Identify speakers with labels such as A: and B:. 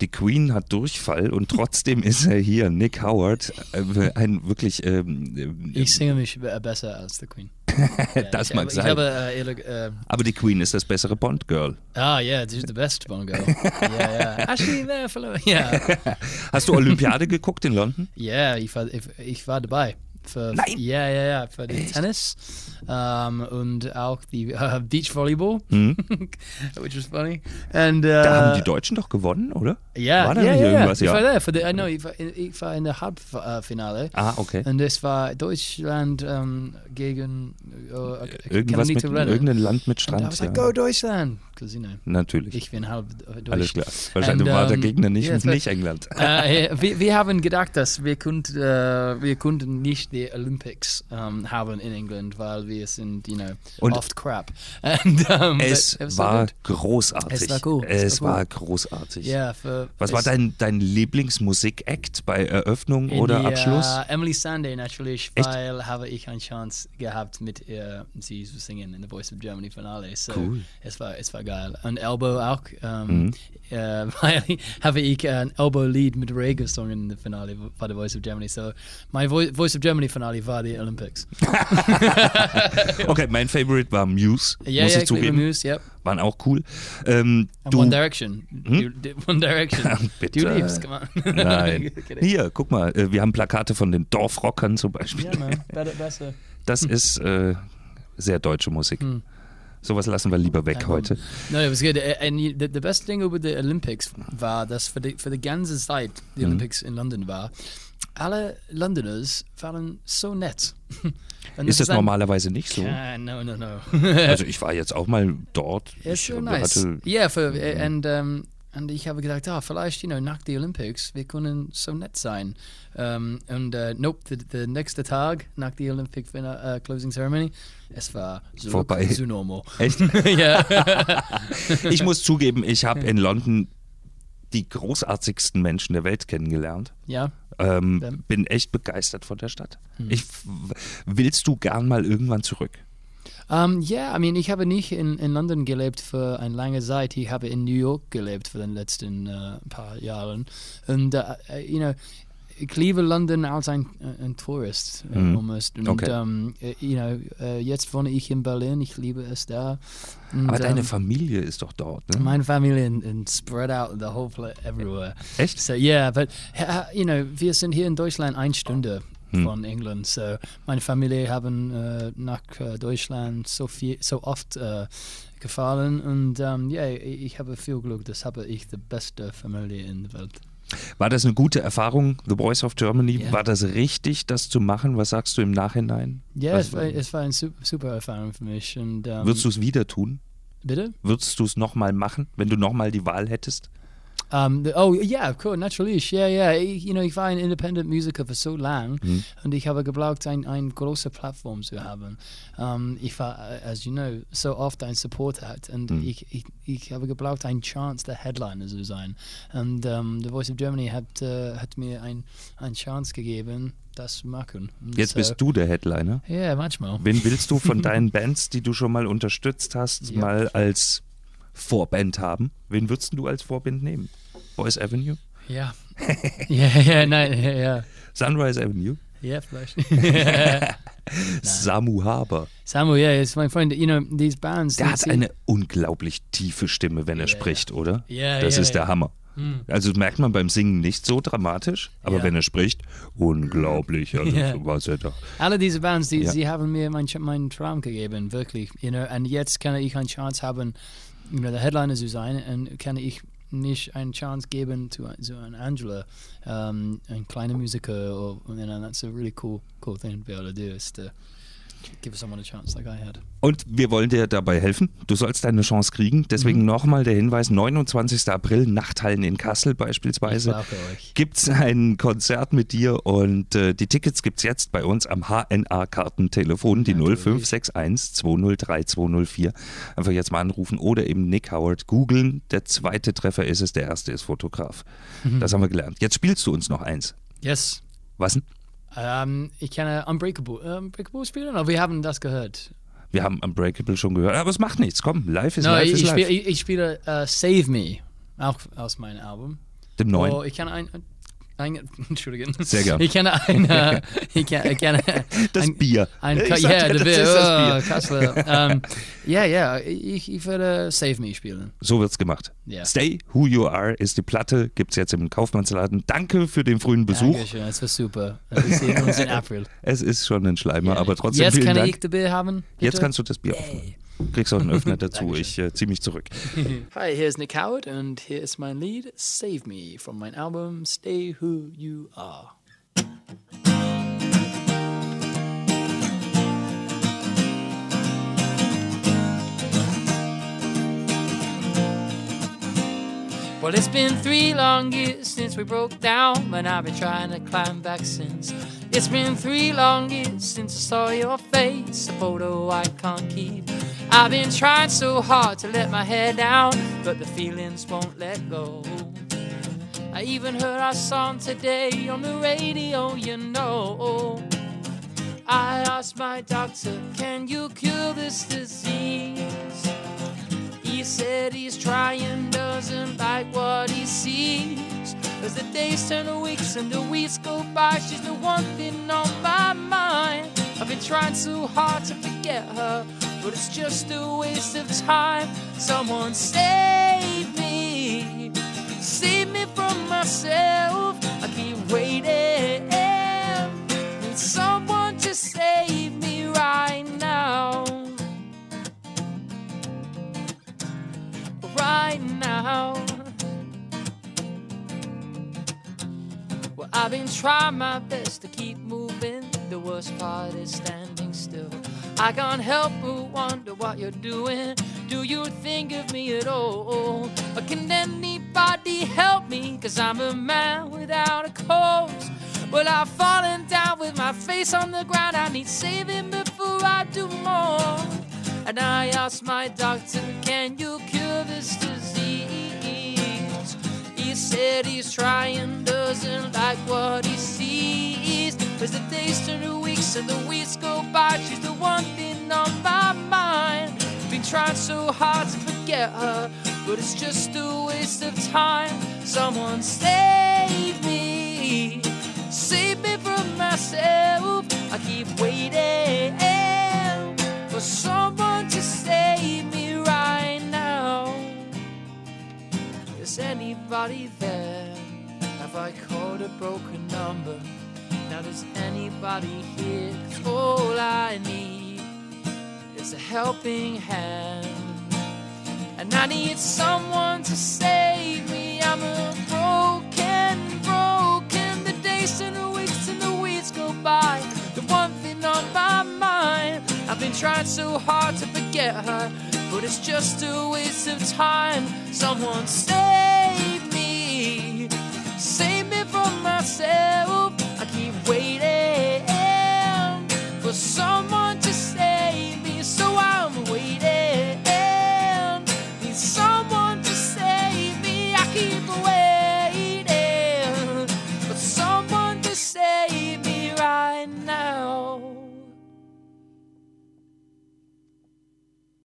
A: Die Queen hat Durchfall und trotzdem ist er hier. Nick Howard, äh, ein wirklich. Ähm,
B: Ich singe mich be- besser als uh, The Queen.
A: das
B: ich,
A: mag
B: ich,
A: sein.
B: habe, äh, ehrlich, äh,
A: aber die Queen ist das bessere Bond-Girl.
B: ah, yeah, this is the best Bongo. yeah, yeah. Actually, no, follow. Yeah.
A: Hast du Olympiade geguckt in London?
B: Yeah, ich war, ich, ich war dabei. Für,
A: Nein!
B: Ja, ja, ja, für den Tennis ähm, und auch die äh, Beachvolleyball, which was funny. And, äh,
A: Da haben die Deutschen doch gewonnen, oder?
B: Ja,
A: War da
B: ja,
A: nicht
B: ja,
A: irgendwas?
B: Ich
A: Ja.
B: war da, für die, I know, ich, war in, ich war in uh, der Halbfinale.
A: Ah, okay.
B: Und es war Deutschland ähm, gegen oh, okay, ich kann
A: Irgendwas
B: nicht
A: mit,
B: erinnern.
A: irgendein Land mit
B: And I
A: Strand.
B: was like,
A: ja.
B: go Deutschland! Because, you know,
A: Natürlich.
B: ich bin halb äh, deutsch.
A: Alles klar. Wahrscheinlich
B: And,
A: war der
B: ähm,
A: Gegner nicht,
B: ja, es war-
A: nicht England.
B: äh, wir, wir haben gedacht, dass wir, könnt, äh, wir konnten nicht die Olympics ähm, haben in England, weil wir sind, you know,
A: Und
B: oft crap. And, ähm,
A: Es
B: but it was so
A: war
B: good.
A: großartig.
B: Es war cool.
A: Es,
B: Es war
A: war großartig.
B: Ja, für,
A: Was war
B: es-
A: dein, dein Lieblingsmusik-Act bei Eröffnung
B: in
A: oder
B: die,
A: Abschluss?
B: Äh, Emily Sunday natürlich,
A: Echt?
B: weil habe ich eine Chance gehabt, mit ihr sie zu singen in The Voice of Germany Finale. So,
A: Cool. Mhm.
B: Es war, es war geil. Und Elbow auch, ähm, äh, weil ich- habe ich ein Elbow-Lied mit Ray gesungen in der Finale bei The Voice of Germany. So, mein Vo Voice of Germany Finale war die Olympics.
A: Okay, mein Favorite war Muse,
B: Ja,
A: muss
B: ja,
A: ich zugeben.
B: Muse, yep.
A: Waren auch cool. Ähm,
B: And
A: du, Hm?
B: One Direction. Du- du- One Direction.
A: Bitte.
B: Du liebst, come on.
A: Nein.
B: Kidding.
A: Hier, guck mal, äh, wir haben Plakate von den Dorfrockern zum Beispiel.
B: Ja, man. Better, besser.
A: Das ist äh, sehr deutsche Musik.
B: Hm.
A: Sowas lassen wir lieber weg heute.
B: No, it was good. Eh, A- And you, the, the best thing about the Olympics war, dass für die, für die ganze Zeit die Olympics in London war, alle Londoners waren so nett. Und
A: Ist das
B: ein-
A: normalerweise nicht so?
B: Ah, no, no, no.
A: Also ich war jetzt auch mal dort.
B: It's
A: ich
B: so nice.
A: hatte
B: Yeah, for, and, um, und ich habe gedacht, ah, vielleicht, you know, nach den Olympics, wir können so nett sein. Um, und äh, nope, the, the nächste Tag nach der Olympic fina- äh, Closing Ceremony, es war so,
A: Vorbei.
B: so normal.
A: Echt?
B: ja.
A: Ich muss zugeben, ich habe in London die großartigsten Menschen der Welt kennengelernt.
B: ja. Hm.
A: Ähm,
B: Dann-
A: bin echt begeistert von der Stadt. Ich, f- willst du gern mal irgendwann zurück?
B: Ähm, ja, I mean, ich habe nicht in, in London gelebt für eine lange Zeit. Ich habe in New York gelebt für den letzten äh, paar Jahren. Und, äh, äh, you know, ich liebe London als ein, äh, ein Tourist, äh, almost. Und,
A: Mhm. Okay.
B: ähm, äh, you know, äh, jetzt wohne ich in Berlin. Ich liebe es da. Und,
A: Aber deine
B: ähm,
A: Familie ist doch dort. Ne?
B: meine Familie in, in spread out the whole place everywhere.
A: Echt?
B: So yeah, but uh, you know, wir sind hier in Deutschland eine Stunde
A: Hm.
B: von England. So meine Familie haben äh, nach äh, Deutschland so viel, so oft äh, gefahren und ähm, ja, ich ich habe viel Glück. Das habe ich die beste Familie in der Welt.
A: War das eine gute Erfahrung, The Voice of Germany?
B: Ja.
A: War das richtig, das zu machen? Was sagst du im Nachhinein?
B: Ja,
A: Was-
B: es war, es war eine super, super Erfahrung für mich. Und, ähm,
A: Würdest du es wieder tun?
B: bitte?
A: Würdest du es nochmal machen, wenn du nochmal die Wahl hättest?
B: Um, the, oh yeah, of course, naturally, yeah, yeah. Ich, you know, ich war ein independent Musiker für so lang
A: Hmm.
B: und ich habe geglaubt, ein, ein große Plattform zu haben. Um, ich war, äh, as you know, so oft ein Supporter hat und
A: Hmm.
B: ich, ich, ich habe geglaubt, ein Chance der Headliner zu sein. Und um, The Voice of Germany hat, äh, hat mir ein, ein Chance gegeben, das zu machen. Und
A: Jetzt
B: so-
A: bist du der Headliner.
B: Ja, manchmal.
A: Wen willst du von deinen Bands, die du schon mal unterstützt hast,
B: Ja.
A: mal als Vorband haben? Wen würdest du als Vorband nehmen? Boys Avenue?
B: Ja. Ja, ja, nein, ja, ja.
A: Sunrise Avenue?
B: Ja, vielleicht.
A: Samu Haber.
B: Samuel, ja, ist mein Freund. You know, these bands.
A: Der
B: die-
A: hat
B: sie-
A: eine unglaublich tiefe Stimme, wenn er spricht, oder?
B: Ja,
A: Das
B: ja,
A: ist der
B: ja.
A: Hammer. Also das merkt man beim Singen nicht so dramatisch, aber
B: Ja.
A: wenn er spricht, unglaublich. Also
B: Ja.
A: so was er da.
B: Alle diese Bands, die,
A: Ja.
B: sie haben mir meinen mein Traum gegeben, wirklich. You know, und jetzt kann ich eine Chance haben, you know, der Headliner zu sein und kann ich nicht eine Chance geben zu so ein Angela, um, ein kleiner Musiker. Or, you know, that's a really cool, cool thing to be able to do is to give someone a chance like I had.
A: Und wir wollen dir dabei helfen. Du sollst deine Chance kriegen.
B: Mhm.
A: Deswegen nochmal der Hinweis: 29. April, Nachthallen in Kassel beispielsweise.
B: Ich war bei euch.
A: Gibt es ein Konzert mit dir und äh, die Tickets gibt es jetzt bei uns am HNA-Kartentelefon, die 0561 203 204. Einfach jetzt mal anrufen oder eben Nick Howard googeln. Der zweite Treffer ist es, der erste ist Fotograf.
C: Mhm.
A: Das haben wir gelernt. Jetzt spielst du uns noch eins.
B: Yes.
A: Was denn?
B: Um, ich kann äh, Unbreakable, äh, Unbreakable spielen, aber wir haben das gehört.
A: Wir haben Unbreakable schon gehört, aber es macht nichts. Komm, live ist
B: No,
A: live
B: ich,
A: ist
B: ich,
A: live.
B: spiel, ich, ich spiele äh, Save Me, auch aus meinem Album.
A: Dem neuen.
C: Oh, ich kann ein. ein Entschuldigen.
A: Sehr gern.
C: Ich kenne ein. Äh, ich kenne. Ich kenne
A: das
C: ein,
A: Bier.
C: Ein
A: Ich
C: Ka-
A: sagte,
C: ja, der
A: das
C: Bier.
A: ist das
C: Oh, Kassler. Ähm, ja, ja, ich, ich würde Save Me spielen.
A: So wird's gemacht.
C: Ja.
A: Stay Who You Are ist die Platte, gibt's jetzt im Kaufmannsladen. Danke für den frühen Besuch.
C: Dankeschön, das war super. Wir sehen uns in April.
A: Es ist schon ein Schleimer, aber trotzdem
C: Jetzt
A: vielen
C: kann
A: Dank.
C: ich das Bier haben. Bitte?
A: Jetzt kannst du das Bier öffnen. Kriegst auch einen Öffner dazu. ich äh, zieh mich zurück.
C: Hi, hier ist Nick Howard und hier ist mein Lied Save Me from mein Album Stay Who You Are. Well, it's been three long years since we broke down, but I've been trying to climb back since. It's been three long years since I saw your face, a photo I can't keep. I've been trying so hard to let my hair down, but the feelings won't let go. I even heard our song today on the radio, you know. I asked my doctor, can you cure this disease? He said he's trying, doesn't like what he sees. As the days turn to weeks and the weeks go by, she's the one thing on my mind. I've been trying so hard to forget her, but it's just a waste of time. Someone save me, save me from myself. I keep waiting. Need someone to save me right now. right now. Well, I've been trying my best to keep moving. The worst part is standing still. I can't help but wonder what you're doing. Do you think of me at all? Or can anybody help me? Cause I'm a man without a cause. Well, I've fallen down with my face on the ground. I need saving before I do more. And I asked my doctor, can you cure this disease? He said he's trying, doesn't like what he sees. As the days turn to weeks and the weeks go by, she's the one thing on my mind. Been trying so hard to forget her, but it's just a waste of time. Someone save me, save me from myself. I keep waiting for someone to save me right now. Is anybody there? Have I called a broken number? Now there's anybody here? 'Cause all I need is a helping hand. And I need someone to save me. I'm a broken, broken. The days and the weeks and the weeks go by. The one thing on my mind. I've been trying so hard to forget her, but it's just a waste of time. Someone save me. Save